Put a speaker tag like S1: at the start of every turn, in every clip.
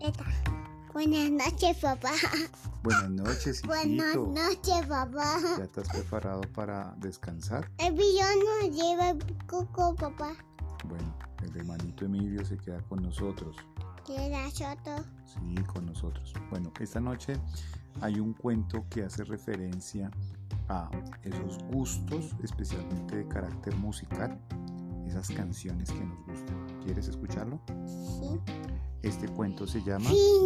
S1: Eta. Buenas noches, papá.
S2: Buenas noches, hijito.
S1: Buenas noches, papá.
S2: ¿Ya estás preparado para descansar?
S1: El billón nos lleva el coco, papá.
S2: Bueno, el hermanito Emilio se queda con nosotros.
S1: Queda soto.
S2: Sí, con nosotros. Bueno, esta noche hay un cuento que hace referencia a esos gustos, especialmente de carácter musical, esas canciones que nos gustan. ¿Quieres escucharlo?
S1: Sí.
S2: Este cuento se llama.
S1: Sí.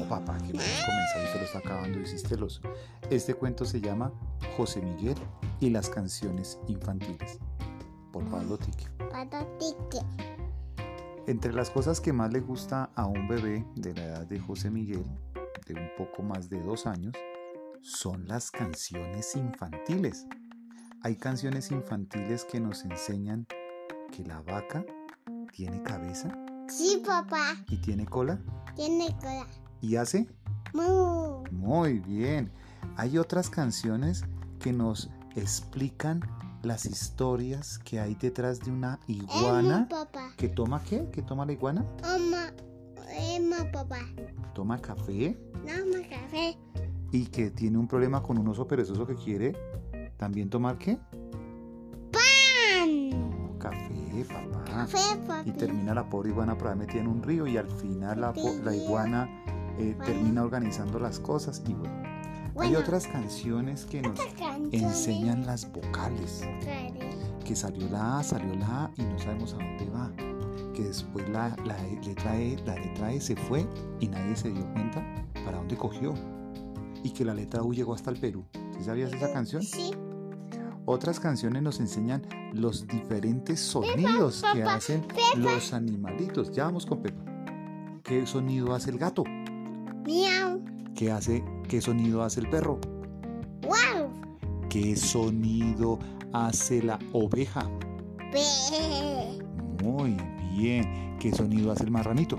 S2: No, papá, que no hemos comenzado y se lo está acabando, hiciste los. Este cuento se llama José Miguel y las canciones infantiles, por Pablo Tique.
S1: Pato tique.
S2: Entre las cosas que más le gusta a un bebé de la edad de José Miguel, de un poco más de dos años, son las canciones infantiles. Hay canciones infantiles que nos enseñan que la vaca tiene cabeza
S1: Sí, papá.
S2: y tiene cola
S1: Tiene cola.
S2: y hace
S1: Mu.
S2: muy bien. Hay otras canciones que nos explican las historias que hay detrás de una
S1: Emma,
S2: iguana.
S1: papá.
S2: ¿Que toma qué? ¿Que toma la iguana?
S1: Oma. Emma, papá.
S2: Toma café.
S1: Dame café.
S2: y que tiene un problema con un oso perezoso que quiere también tomar qué?
S1: Pan.
S2: No, café, papá.
S1: Café, papi.
S2: Ah, Y termina la pobre iguana por ahí metida en un río y al final la, po- la iguana eh, termina organizando las cosas y bueno. Hay
S1: Bueno,
S2: otras canciones que nos
S1: canciones.
S2: enseñan las vocales,
S1: raras.
S2: que salió la A, salió la A y no sabemos a dónde va, que después la, la E- letra E, la letra E se fue y nadie se dio cuenta para dónde cogió y que la letra U llegó hasta el Perú. ¿Sí sabías esa canción?
S1: Sí.
S2: Otras canciones nos enseñan los diferentes sonidos que
S1: papá,
S2: hacen los animalitos. Ya vamos con Pepa. ¿Qué sonido hace el gato?
S1: Miau.
S2: ¿Qué hace? ¿Qué sonido hace el perro?
S1: Wow.
S2: ¿Qué sonido hace la oveja?
S1: Pe.
S2: Muy bien. ¿Qué sonido hace el marranito?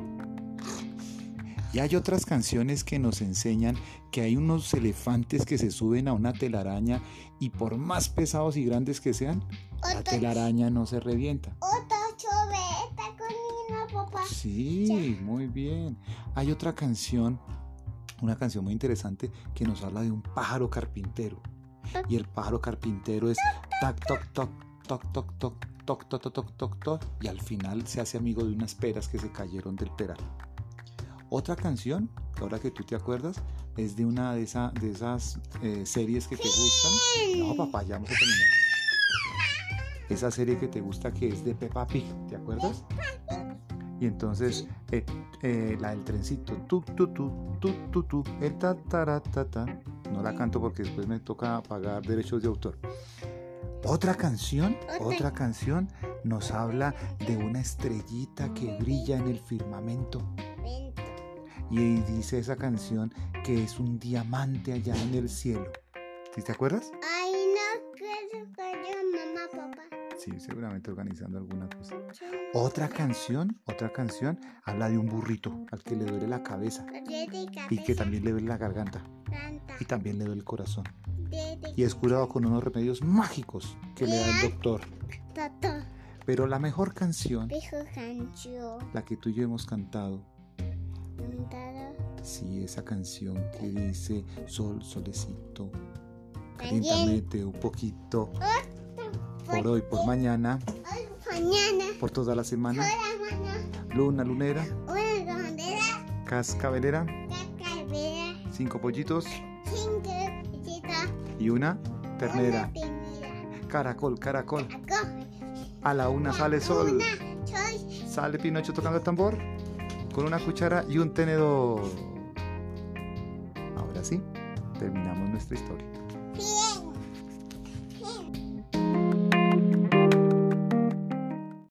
S2: Y hay otras canciones que nos enseñan que hay unos elefantes que se suben a una telaraña y por más pesados y grandes que sean, la
S1: Otro,
S2: telaraña no se revienta.
S1: otro chubeta con mi papá.
S2: Sí, muy bien. Hay otra canción, una canción muy interesante que nos habla de un pájaro carpintero. Y el pájaro carpintero es tac, toc, toc, toc, toc, toc, toc, toc, toc, toc, toc, toc, y al final se hace amigo de unas peras que se cayeron del peral. Otra canción, que ahora que tú te acuerdas, es de una de, esa- de esas eh, series que te gustan. No, papá, ya vamos a terminar. Esa serie que te gusta que es de Peppa Pig, ¿te acuerdas? Y entonces eh, eh, la del trencito, tu tu tu tu tu tu, el ta ta ta ta. No la canto porque después me toca pagar derechos de autor. Otra canción, otra canción nos habla de una estrellita que brilla en el firmamento.
S1: Vento.
S2: Y dice esa canción que es un diamante allá en el cielo. ¿Sí te acuerdas?
S1: Ay, no quiero que yo, mamá, papá.
S2: Sí, seguramente organizando alguna cosa. Otra canción, otra canción habla de un burrito al que le duele la cabeza y que también le duele la garganta
S1: Planta.
S2: y también le duele el corazón.
S1: Desde
S2: Y es curado con unos remedios mágicos que le da el doctor.
S1: Toto.
S2: Pero la mejor canción,
S1: Pijo cancho.
S2: la que tú y yo hemos cantado,
S1: Montado.
S2: sí, esa canción que dice Sol, solecito,
S1: También.
S2: caliéntame un poquito por hoy, por mañana,
S1: Hoy, mañana.
S2: por toda la semana,
S1: Hola, mamá.
S2: luna lunera,
S1: Una bandera.
S2: cascabelera,
S1: Cacarvera.
S2: cinco pollitos
S1: Cinco. Visita.
S2: y una ternera.
S1: Una primera.
S2: Caracol, caracol.
S1: Acoge.
S2: A la una sale sol.
S1: Una. Soy.
S2: Sale Pinocho tocando el tambor con una cuchara y un tenedor. Ahora sí, terminamos nuestra historia.
S1: Bien. Bien.